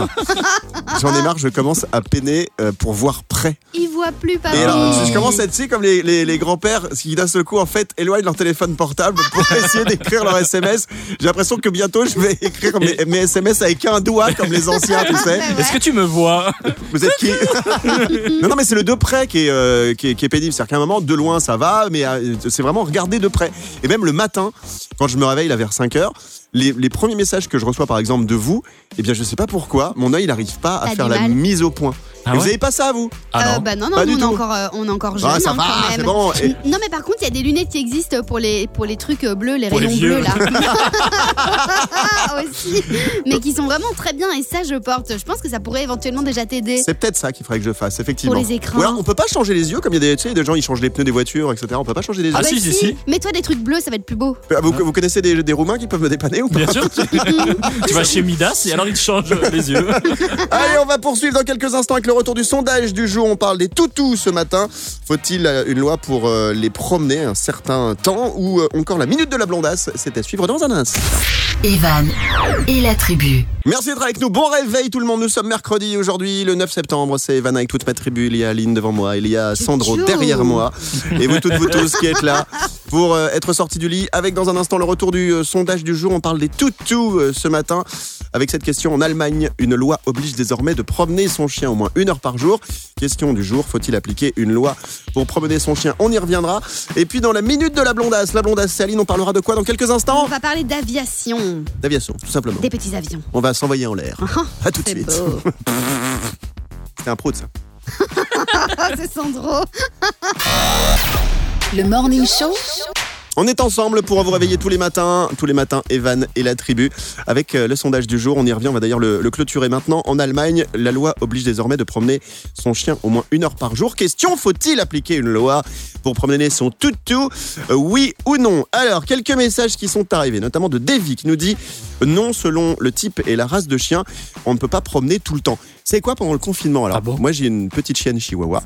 [SPEAKER 1] J'en ai marre, je commence à peiner euh, pour voir près.
[SPEAKER 2] Ils voient plus pas.
[SPEAKER 1] Et alors, je commence à être, tu sais, comme les, les, les grands-pères qui, d'un seul coup, en fait, éloignent leur téléphone portable pour essayer d'écrire leur SMS. J'ai l'impression que bientôt, je vais écrire mes, mes SMS avec un doigt, comme les anciens, tu sais.
[SPEAKER 3] Est-ce que tu me vois
[SPEAKER 2] Euh,
[SPEAKER 1] Vous êtes qui Non, non, mais c'est le de près qui est, euh, qui est, qui est pénible. C'est-à-dire qu'à un moment, de loin, ça va, mais euh, c'est vraiment regarder de près. Et même le matin, quand je me réveille là vers 5 heures, les, les premiers messages que je reçois, par exemple, de vous, eh bien, je sais pas pourquoi, mon œil, il n'arrive pas à
[SPEAKER 2] T'as
[SPEAKER 1] faire
[SPEAKER 2] du
[SPEAKER 1] la
[SPEAKER 2] mal.
[SPEAKER 1] mise au point.
[SPEAKER 3] Ah
[SPEAKER 1] Et Vous
[SPEAKER 3] ouais
[SPEAKER 1] avez pas ça, vous
[SPEAKER 3] Ah
[SPEAKER 2] Euh,
[SPEAKER 3] non.
[SPEAKER 2] bah non, non,
[SPEAKER 1] Pas
[SPEAKER 2] nous,
[SPEAKER 1] du
[SPEAKER 2] on
[SPEAKER 1] tout.
[SPEAKER 2] est encore, euh, on est encore jeune.
[SPEAKER 1] Ah, ça
[SPEAKER 2] hein,
[SPEAKER 1] va,
[SPEAKER 2] quand même.
[SPEAKER 1] c'est bon. Et-
[SPEAKER 2] Non, mais par contre, il y a des lunettes qui existent pour les, pour les trucs euh, bleus, les
[SPEAKER 3] Pour les
[SPEAKER 2] rayons
[SPEAKER 3] vieux.
[SPEAKER 2] bleus, là. Aussi. Mais qui sont vraiment très bien, et ça, je porte. Je pense que ça pourrait éventuellement déjà t'aider.
[SPEAKER 1] C'est peut-être ça qu'il faudrait que je fasse, effectivement.
[SPEAKER 2] Pour les écrans.
[SPEAKER 1] Ou alors, on peut pas changer les yeux, comme il y a des, tu sais, des gens, ils changent les pneus des voitures, etc. On peut pas changer les yeux. Ah,
[SPEAKER 2] Bah
[SPEAKER 3] Ah si, si, si.
[SPEAKER 2] Mets-toi des trucs bleus, ça va être plus beau.
[SPEAKER 1] vous, vous connaissez des, des Roumains qui peuvent me dépanner ou pas
[SPEAKER 3] Bien sûr, tu, tu vas chez Midas et alors il te change les yeux.
[SPEAKER 1] Allez, on va poursuivre dans quelques instants avec le retour du sondage du jour. On parle des toutous ce matin. Faut-il euh, une loi pour euh, les promener un certain temps ou euh, encore la minute de la blondasse C'est à suivre dans un instant.
[SPEAKER 6] Evan et la tribu.
[SPEAKER 1] Merci d'être avec nous. Bon réveil tout le monde. Nous sommes mercredi aujourd'hui, le 9 septembre. C'est Evan avec toute ma tribu. Il y a Aline devant moi. Il y a Sandro
[SPEAKER 2] Tchou.
[SPEAKER 1] derrière moi. Et vous toutes, vous tous qui êtes là pour euh, être sortis du lit. Avec dans un instant le retour du euh, sondage du jour. On parle des toutous euh, ce matin. Avec cette question en Allemagne, une loi oblige désormais de promener son chien au moins une heure par jour. Question du jour, faut-il appliquer une loi pour promener son chien On y reviendra. Et puis dans la minute de la blondasse, la blondasse c'est Aline, on parlera de quoi dans quelques
[SPEAKER 2] On
[SPEAKER 1] instants
[SPEAKER 2] va parler d'aviation,
[SPEAKER 1] D'aviation, tout simplement.
[SPEAKER 2] des petits avions.
[SPEAKER 1] On va s'envoyer en l'air. à tout de
[SPEAKER 2] C'est
[SPEAKER 1] suite.
[SPEAKER 2] beau.
[SPEAKER 1] C'était un prout, ça.
[SPEAKER 2] Ah, c'est Sandro.
[SPEAKER 4] Le Morning Show,
[SPEAKER 1] On est ensemble pour vous réveiller tous les matins, tous les matins, Evan et la tribu, avec euh, le sondage du jour. On y revient, on va d'ailleurs le, le clôturer maintenant. En Allemagne, la loi oblige désormais de promener son chien au moins une heure par jour. Question, faut-il appliquer une loi pour promener son toutou Euh, Oui ou non Alors, quelques messages qui sont arrivés, notamment de Davy qui nous dit « Non, selon le type et la race de chien, on ne peut pas promener tout le temps. » C'est quoi pendant le confinement alors
[SPEAKER 3] Ah bon
[SPEAKER 1] Moi, j'ai une petite chienne chihuahua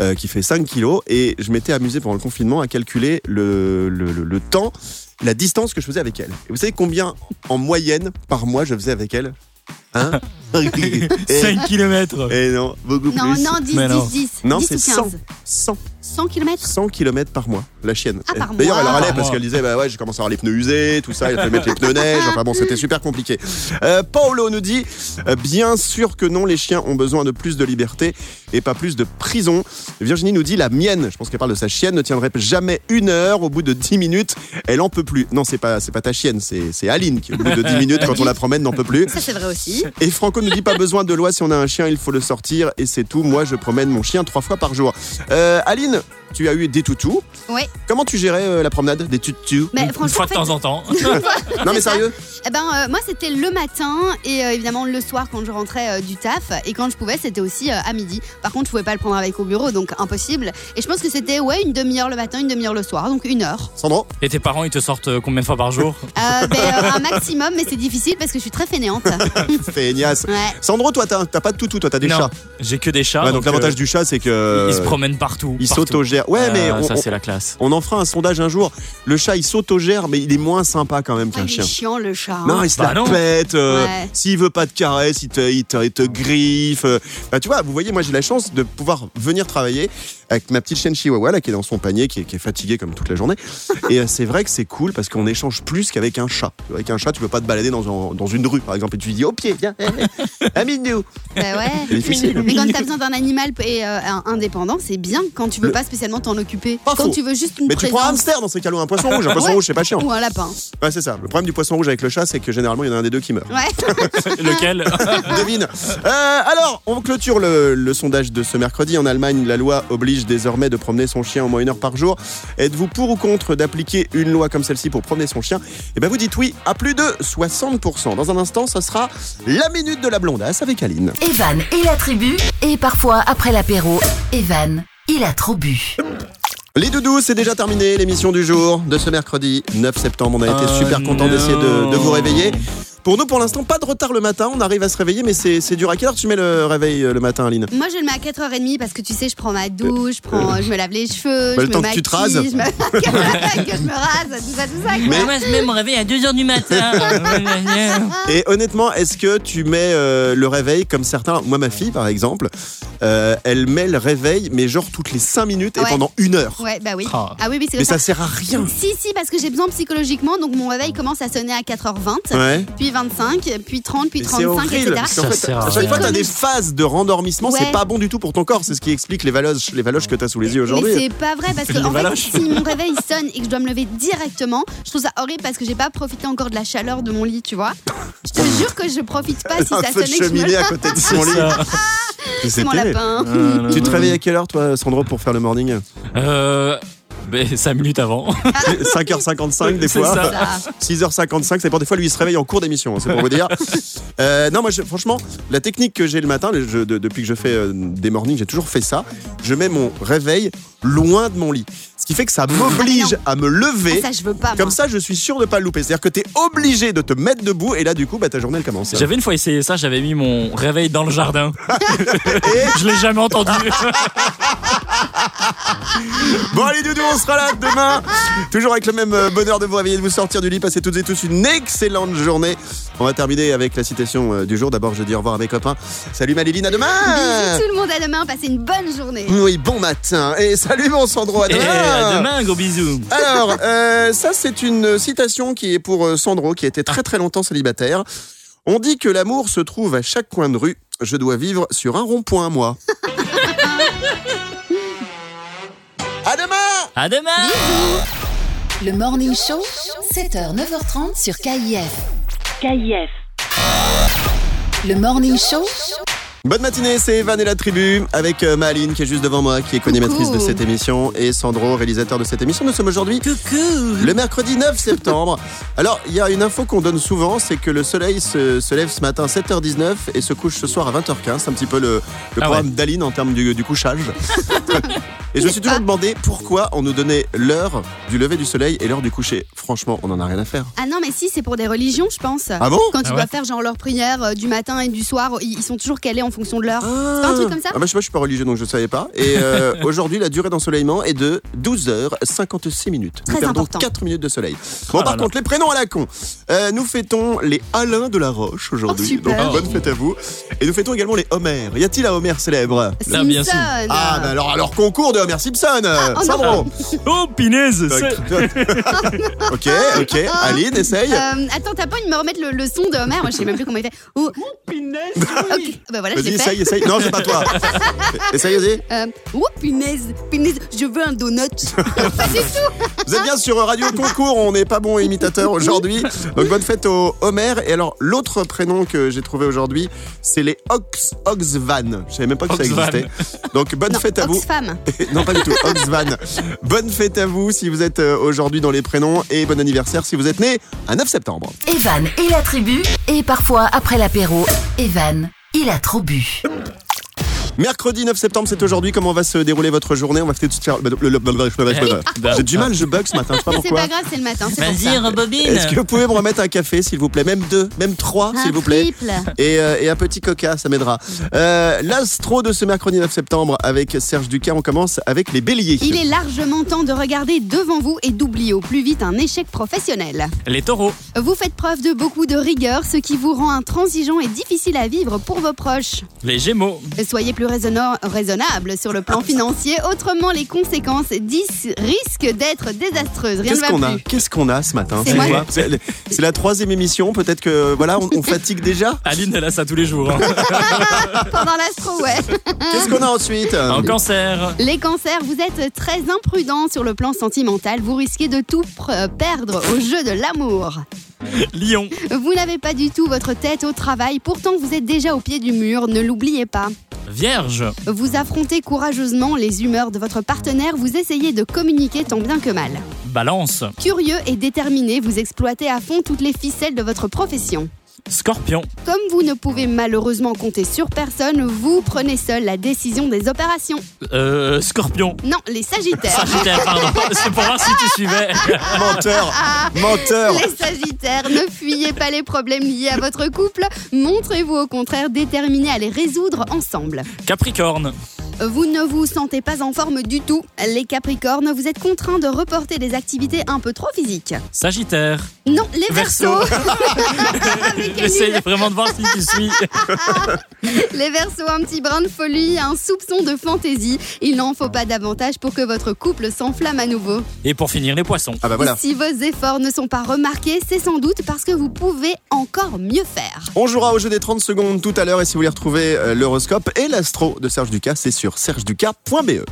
[SPEAKER 1] euh, qui fait 5 kilos et je m'étais amusé pendant le confinement à calculer le, le- le- le temps, la distance que je faisais avec elle. Et vous savez combien en moyenne par mois je faisais avec elle Hein et,
[SPEAKER 3] 5 km.
[SPEAKER 1] et non, beaucoup
[SPEAKER 2] Non,
[SPEAKER 1] plus.
[SPEAKER 2] non, 10,
[SPEAKER 3] Mais non.
[SPEAKER 2] 10, 10.
[SPEAKER 1] Non,
[SPEAKER 2] 10
[SPEAKER 1] c'est
[SPEAKER 2] ou
[SPEAKER 1] 100.
[SPEAKER 2] 15.
[SPEAKER 1] 100,
[SPEAKER 2] 100 km
[SPEAKER 1] 100 km par mois, la chienne.
[SPEAKER 2] Ah, par
[SPEAKER 1] D'ailleurs,
[SPEAKER 2] mois.
[SPEAKER 1] elle râlait
[SPEAKER 3] Par
[SPEAKER 1] parce
[SPEAKER 3] mois.
[SPEAKER 1] qu'elle disait Bah ouais, j'ai commencé à avoir les pneus usés, tout ça, il a fallu mettre les pneus neige. Enfin bon, c'était super compliqué. Euh, Paolo nous dit euh, Bien sûr que non, les chiens ont besoin de plus de liberté et pas plus de prison. Virginie nous dit La mienne, je pense qu'elle parle de sa chienne, ne tiendrait jamais une heure. Au bout de 10 minutes, elle en peut plus. Non, c'est pas, c'est pas ta chienne, c'est c'est Aline qui, au bout de 10 minutes, quand on la promène, n'en peut plus.
[SPEAKER 2] Ça, c'est vrai aussi.
[SPEAKER 1] Et Franco nous dit pas besoin de loi, si on a un chien, il faut le sortir et c'est tout. Moi, je promène mon chien trois fois par jour. Euh, Aline, tu as eu des toutous.
[SPEAKER 2] Ouais.
[SPEAKER 1] Comment tu gérais euh, la promenade des toutous
[SPEAKER 2] Mais
[SPEAKER 3] Une- une
[SPEAKER 2] Euh, franchement,
[SPEAKER 3] fois
[SPEAKER 2] en
[SPEAKER 3] de
[SPEAKER 2] fait,
[SPEAKER 3] temps en temps.
[SPEAKER 1] Non mais
[SPEAKER 2] ça.
[SPEAKER 1] sérieux
[SPEAKER 2] eh ben, euh, moi c'était le matin et euh, évidemment le soir quand je rentrais euh, du taf et quand je pouvais c'était aussi euh, à midi. Par contre je pouvais pas le prendre avec au bureau donc impossible. Et je pense que c'était ouais une demi-heure le matin, une demi-heure le soir, donc une heure.
[SPEAKER 1] Sandro
[SPEAKER 3] Et tes parents, ils te sortent euh, combien de fois par jour
[SPEAKER 2] Euh, ben, euh, un maximum mais c'est difficile parce que je suis très fainéante.
[SPEAKER 1] Feignasse.
[SPEAKER 2] Ouais.
[SPEAKER 1] Sandro, toi, t'as t'as pas de toutou, toi, t'as des
[SPEAKER 3] Non,
[SPEAKER 1] chats.
[SPEAKER 3] J'ai que des chats.
[SPEAKER 1] Ouais, donc l'avantage
[SPEAKER 3] euh,
[SPEAKER 1] du chat, c'est que.
[SPEAKER 3] ils se promènent partout.
[SPEAKER 1] il
[SPEAKER 3] partout.
[SPEAKER 1] s'autogère. Ouais,
[SPEAKER 3] Euh,
[SPEAKER 1] mais on,
[SPEAKER 3] ça,
[SPEAKER 1] on-
[SPEAKER 3] c'est la classe.
[SPEAKER 1] on en fera un sondage un jour. Le chat, il s'autogère, mais il est moins sympa quand même
[SPEAKER 2] Ah, il
[SPEAKER 1] qu'un
[SPEAKER 2] est
[SPEAKER 1] chien.
[SPEAKER 2] chiant le chat. hein.
[SPEAKER 1] Non, il se
[SPEAKER 3] Bah
[SPEAKER 1] la
[SPEAKER 3] non.
[SPEAKER 1] pète. euh,
[SPEAKER 2] Ouais.
[SPEAKER 1] S'il veut pas de caresses, il te, il te, il te griffe. euh. Bah, tu vois, vous voyez, moi j'ai la chance de pouvoir venir travailler avec ma petite chienne chihuahua là, qui est dans son panier, qui est, qui est fatiguée comme toute la journée. Et euh, c'est vrai que c'est cool parce qu'on échange plus qu'avec un chat. Avec un chat, tu peux pas te balader dans, un- dans une rue, par exemple, et tu lui dis au pied, viens, eh, hé, hé, Aminou.
[SPEAKER 2] Bah ouais.
[SPEAKER 1] C'est difficile.
[SPEAKER 2] Mais quand t'as besoin d'un animal et euh, un- indépendant, c'est bien quand tu veux
[SPEAKER 1] Le-
[SPEAKER 2] pas spécialement t'en occuper.
[SPEAKER 1] Pas
[SPEAKER 2] quand
[SPEAKER 1] faux.
[SPEAKER 2] tu veux juste une
[SPEAKER 1] Mais tu
[SPEAKER 2] présence
[SPEAKER 1] prends un hamster dans ces cas-là, ou un poisson rouge. Un poisson
[SPEAKER 2] Ouais.
[SPEAKER 1] rouge, c'est pas chiant.
[SPEAKER 2] ou un lapin.
[SPEAKER 1] Ouais, c'est ça. Le problème du poisson rouge avec le chat, c'est que généralement, il y en a un des deux qui meurt.
[SPEAKER 2] Ouais.
[SPEAKER 3] Lequel
[SPEAKER 1] Devine. Euh, alors, on clôture le, le sondage de ce mercredi. En Allemagne, la loi oblige désormais de promener son chien au moins une heure par jour. Êtes-vous pour ou contre d'appliquer une loi comme celle-ci pour promener son chien Eh bien, vous dites oui à plus de 60%. Dans un instant, ça sera la minute de la blondasse avec Aline.
[SPEAKER 6] Evan et la tribu. Et parfois, après l'apéro, Evan, il a trop bu.
[SPEAKER 1] Les doudous, c'est déjà terminé l'émission du jour de ce mercredi 9 septembre. On a été
[SPEAKER 3] Oh
[SPEAKER 1] super content
[SPEAKER 3] non.
[SPEAKER 1] d'essayer de, de vous réveiller. Pour nous, pour l'instant, pas de retard le matin. On arrive à se réveiller, mais c'est c'est dur. À quelle heure tu mets le réveil euh, le matin, Aline
[SPEAKER 2] Moi, je le mets à 4h30 parce que tu sais, je prends ma douche, je, prends, je me lave les
[SPEAKER 1] Bah,
[SPEAKER 2] cheveux, je
[SPEAKER 1] le
[SPEAKER 2] me
[SPEAKER 1] temps que
[SPEAKER 2] maquille,
[SPEAKER 1] tu te rases.
[SPEAKER 2] je me- que je me rase, tout ça, tout ça. quoi.
[SPEAKER 3] Moi, je mets mon réveil à 2h du matin.
[SPEAKER 2] Ah,
[SPEAKER 1] Et honnêtement, est-ce que tu mets euh, le réveil comme certains Moi, ma fille, par exemple, euh, elle met le réveil, mais genre toutes les 5 minutes et
[SPEAKER 2] Ouais.
[SPEAKER 1] pendant une heure.
[SPEAKER 2] Ouais, bah oui.
[SPEAKER 3] Ah.
[SPEAKER 2] Ah oui, oui, c'est
[SPEAKER 1] Mais ça
[SPEAKER 2] comme ça.
[SPEAKER 1] sert à rien.
[SPEAKER 2] Si, si, parce que j'ai besoin psychologiquement, donc mon réveil commence à sonner à 4h20,
[SPEAKER 1] Ouais.
[SPEAKER 2] puis 25, puis 30, puis
[SPEAKER 1] Mais C'est
[SPEAKER 2] 35,
[SPEAKER 1] horrible.
[SPEAKER 2] etc.
[SPEAKER 1] Parce qu'en
[SPEAKER 3] Ça
[SPEAKER 1] fait,
[SPEAKER 3] sert à
[SPEAKER 1] à chaque
[SPEAKER 3] rien.
[SPEAKER 1] fois, t'as des phases de rendormissement, c'est
[SPEAKER 2] Ouais.
[SPEAKER 1] pas bon du tout pour ton corps. C'est ce qui explique les valoches, les valoches que t'as sous les yeux
[SPEAKER 2] Mais
[SPEAKER 1] aujourd'hui.
[SPEAKER 2] c'est pas vrai parce que
[SPEAKER 3] Les
[SPEAKER 2] en fait,
[SPEAKER 3] valoches.
[SPEAKER 2] si mon réveil sonne et que je dois me lever directement, je trouve ça horrible parce que j'ai pas profité encore de la chaleur de mon lit, tu vois. Je te jure que je profite pas si
[SPEAKER 1] Un
[SPEAKER 2] ça
[SPEAKER 1] feu de
[SPEAKER 2] sonnait que je me
[SPEAKER 1] cheminée à côté de son lit.
[SPEAKER 2] C'est mon
[SPEAKER 1] terrible.
[SPEAKER 2] lapin.
[SPEAKER 3] Ah
[SPEAKER 1] Tu te réveilles à quelle heure, toi, Sandro, pour faire le morning
[SPEAKER 3] Euh. 5 minutes avant.
[SPEAKER 1] 5h55 des
[SPEAKER 3] C'est
[SPEAKER 1] fois.
[SPEAKER 3] ça.
[SPEAKER 2] Ça.
[SPEAKER 1] 6h55, c'est pour des fois lui il se réveille en cours d'émission, hein, c'est pour vous dire. Euh, non, moi je- franchement, la technique que j'ai le matin, le- je- de- depuis que je fais euh, des mornings, j'ai toujours fait ça. Je mets mon réveil loin de mon lit. Ce qui fait que ça m'oblige à me lever.
[SPEAKER 2] Ah, ça, je veux pas.
[SPEAKER 1] Comme
[SPEAKER 2] moi.
[SPEAKER 1] ça, je suis sûr de pas le louper. C'est-à-dire que t'es obligé de te mettre debout et là, du coup, bah, ta journée elle commence.
[SPEAKER 3] J'avais une fois essayé ça, j'avais mis mon réveil dans le jardin.
[SPEAKER 1] Et-
[SPEAKER 3] Je l'ai jamais entendu.
[SPEAKER 1] Ah, Bon, allez, Doudou, on sera là demain. Toujours avec le même euh, bonheur de vous réveiller, de vous sortir du lit. Passez toutes et tous une excellente journée. On va terminer avec la citation euh, du jour. D'abord, je dis au revoir à mes copains. Salut Maléline, à demain. Ah.
[SPEAKER 2] Bisous tout le monde à demain, passez une bonne journée.
[SPEAKER 1] Oui, bon matin. Et salut mon Sandro, à
[SPEAKER 3] Et
[SPEAKER 1] demain.
[SPEAKER 3] à demain, gros bisous.
[SPEAKER 1] Alors, euh, ça c'est une citation qui est pour euh, Sandro, qui était très très longtemps célibataire. On dit que l'amour se trouve à chaque coin de rue. Je dois vivre sur un rond-point, moi. à demain
[SPEAKER 3] À demain!
[SPEAKER 4] Le Morning Show, 7h, 9h30 sur KIF.
[SPEAKER 6] KIF.
[SPEAKER 4] Le Morning Show,
[SPEAKER 1] Bonne matinée, c'est Evan et la tribu avec euh, Maline qui est juste devant moi, qui est co-animatrice de cette émission, et Sandro, réalisateur de cette émission. Nous sommes aujourd'hui le mercredi 9 septembre. Alors, il y a une info qu'on donne souvent, c'est que le soleil se, se lève ce matin à 7h19 et se couche ce soir à 20h15. C'est un petit peu le, le programme d'Aline en termes du, du couchage. et je me suis toujours demandé pourquoi on nous donnait l'heure du lever du soleil et l'heure du coucher. Franchement, on en a rien à faire.
[SPEAKER 2] Ah non, mais si, c'est pour des religions, je pense.
[SPEAKER 1] Ah bon
[SPEAKER 2] Quand ils
[SPEAKER 3] Ah ouais.
[SPEAKER 2] doivent faire genre leur prière euh, du matin et du soir, ils, ils sont toujours calés en fonction de l'heure. C'est pas un truc comme ça
[SPEAKER 1] Ah bah, je sais pas, je suis pas religieux donc je savais pas. Et euh, aujourd'hui, la durée d'ensoleillement est de 12h56 minutes. Nous
[SPEAKER 2] Très
[SPEAKER 1] perdons
[SPEAKER 2] important.
[SPEAKER 1] 4 minutes de soleil. Bon,
[SPEAKER 3] Ah
[SPEAKER 1] par
[SPEAKER 3] là là.
[SPEAKER 1] contre, les prénoms à la con. Euh, nous fêtons les Alain de la Roche
[SPEAKER 2] Oh,
[SPEAKER 1] aujourd'hui.
[SPEAKER 2] super.
[SPEAKER 1] donc, bonne fête à vous. Et nous fêtons également les Homer. Y a-t-il un Homer célèbre
[SPEAKER 3] Ah, bien sûr.
[SPEAKER 2] Simpson.
[SPEAKER 1] Ah, bah alors, alors concours de Homer Simpson Euh,
[SPEAKER 2] oh
[SPEAKER 1] Sandro
[SPEAKER 3] Oh, pinaise! c'est-
[SPEAKER 1] Ok, ok, Aline, essaye.
[SPEAKER 2] Euh, attends, t'as pas envie de me remettre le, le son de Homer Moi, je sais même plus comment il fait. Oh, pinaise Bah voilà,
[SPEAKER 1] Vas-y, Vas-y,
[SPEAKER 2] j'ai fait.
[SPEAKER 1] essaye, essaye. Non, c'est pas toi. essaye, vas-y.
[SPEAKER 2] Euh, oh punaise, punaise, je veux un donut. pas du tout.
[SPEAKER 1] Vous êtes bien sur Radio Concours, on n'est pas bon imitateur aujourd'hui. Donc bonne fête au Homer. Et alors, l'autre prénom que j'ai trouvé aujourd'hui, c'est les Ox, Oxvan. Je savais même pas que ça
[SPEAKER 3] Oxvan.
[SPEAKER 1] existait. Donc bonne fête à vous.
[SPEAKER 2] Oxfam.
[SPEAKER 1] non, pas du tout, Oxvan. Bonne fête à vous si vous êtes euh, aujourd'hui dans les prénoms et bon anniversaire si vous êtes né un 9 septembre.
[SPEAKER 6] Evan et la tribu. Et parfois, après l'apéro, Evan, il a trop bu.
[SPEAKER 1] Mercredi 9 septembre, c'est aujourd'hui. Comment va se dérouler votre journée On va peut-être faire. J'ai du mal, je bug ce matin, je sais pas
[SPEAKER 2] Eh, C'est
[SPEAKER 1] pourquoi.
[SPEAKER 2] pas grave, c'est le matin. c'est pour
[SPEAKER 3] Vas-y,
[SPEAKER 2] ça.
[SPEAKER 3] rebobine.
[SPEAKER 1] Est-ce que vous pouvez me remettre un café, s'il vous plaît Même deux, même trois,
[SPEAKER 2] Un
[SPEAKER 1] s'il vous plaît.
[SPEAKER 2] triple.
[SPEAKER 1] Et, euh, et un petit coca, ça m'aidera. Euh, L'astro de ce mercredi 9 septembre avec Serge Ducas, on commence avec les béliers.
[SPEAKER 2] Il est largement temps de regarder devant vous et d'oublier au plus vite un échec professionnel.
[SPEAKER 3] Les taureaux,
[SPEAKER 2] Vous faites preuve de beaucoup de rigueur, ce qui vous rend intransigeant et difficile à vivre pour vos proches.
[SPEAKER 3] les gémeaux,
[SPEAKER 2] Soyez plus raisonna- raisonnable sur le plan financier, autrement les conséquences dis- risquent d'être désastreuses. Rien ne
[SPEAKER 1] Qu'est-ce
[SPEAKER 2] va
[SPEAKER 1] qu'on a
[SPEAKER 2] plus.
[SPEAKER 1] Qu'est-ce qu'on a ce matin
[SPEAKER 2] C'est
[SPEAKER 1] tu
[SPEAKER 2] moi.
[SPEAKER 1] vois C'est c'est la troisième émission, peut-être que voilà, on, on fatigue déjà.
[SPEAKER 3] Aline, elle a ça tous les jours. hein.
[SPEAKER 1] Ah
[SPEAKER 2] Pendant l'astro, ouais.
[SPEAKER 1] Qu'est-ce qu'on a ensuite
[SPEAKER 3] En cancer,
[SPEAKER 2] Les cancers, vous êtes très imprudents sur le plan sentimental, vous risquez de tout pr- perdre au jeu de l'amour.
[SPEAKER 3] Lyon,
[SPEAKER 2] Vous n'avez pas du tout votre tête au travail, pourtant vous êtes déjà au pied du mur, ne l'oubliez pas.
[SPEAKER 3] Vierge,
[SPEAKER 2] Vous affrontez courageusement les humeurs de votre partenaire, vous essayez de communiquer tant bien que mal.
[SPEAKER 3] Balance,
[SPEAKER 2] Curieux et déterminé, vous exploitez à fond toutes les ficelles de votre profession.
[SPEAKER 3] Scorpion,
[SPEAKER 2] Comme vous ne pouvez malheureusement compter sur personne, vous prenez seul la décision des opérations.
[SPEAKER 3] euh, Scorpion.
[SPEAKER 2] Non, les Sagittaires.
[SPEAKER 3] Sagittaire, pardon. C'est pour voir si tu suivais.
[SPEAKER 1] Menteur Menteur
[SPEAKER 2] Ah, Les Sagittaires, ne fuyez pas les problèmes liés à votre couple, montrez-vous au contraire déterminés à les résoudre ensemble.
[SPEAKER 3] Capricorne,
[SPEAKER 2] Vous ne vous sentez pas en forme du tout. Les Capricornes, vous êtes contraints de reporter des activités un peu trop physiques.
[SPEAKER 3] Sagittaire.
[SPEAKER 2] Non, les Verseaux. Mais quel
[SPEAKER 3] J'essaye
[SPEAKER 2] nul.
[SPEAKER 3] vraiment de voir si tu suis.
[SPEAKER 2] Les Verseaux, un petit brin de folie, un soupçon de fantaisie. Il n'en faut pas davantage pour que votre couple s'enflamme à nouveau.
[SPEAKER 3] Et pour finir, les poissons.
[SPEAKER 1] Ah bah voilà.
[SPEAKER 2] Si vos efforts ne sont pas remarqués, c'est sans doute parce que vous pouvez encore mieux faire.
[SPEAKER 1] On jouera au jeu des 30 secondes tout à l'heure et si vous voulez retrouver euh, l'horoscope et l'astro de Serge Ducas, c'est sur sergeducas.be.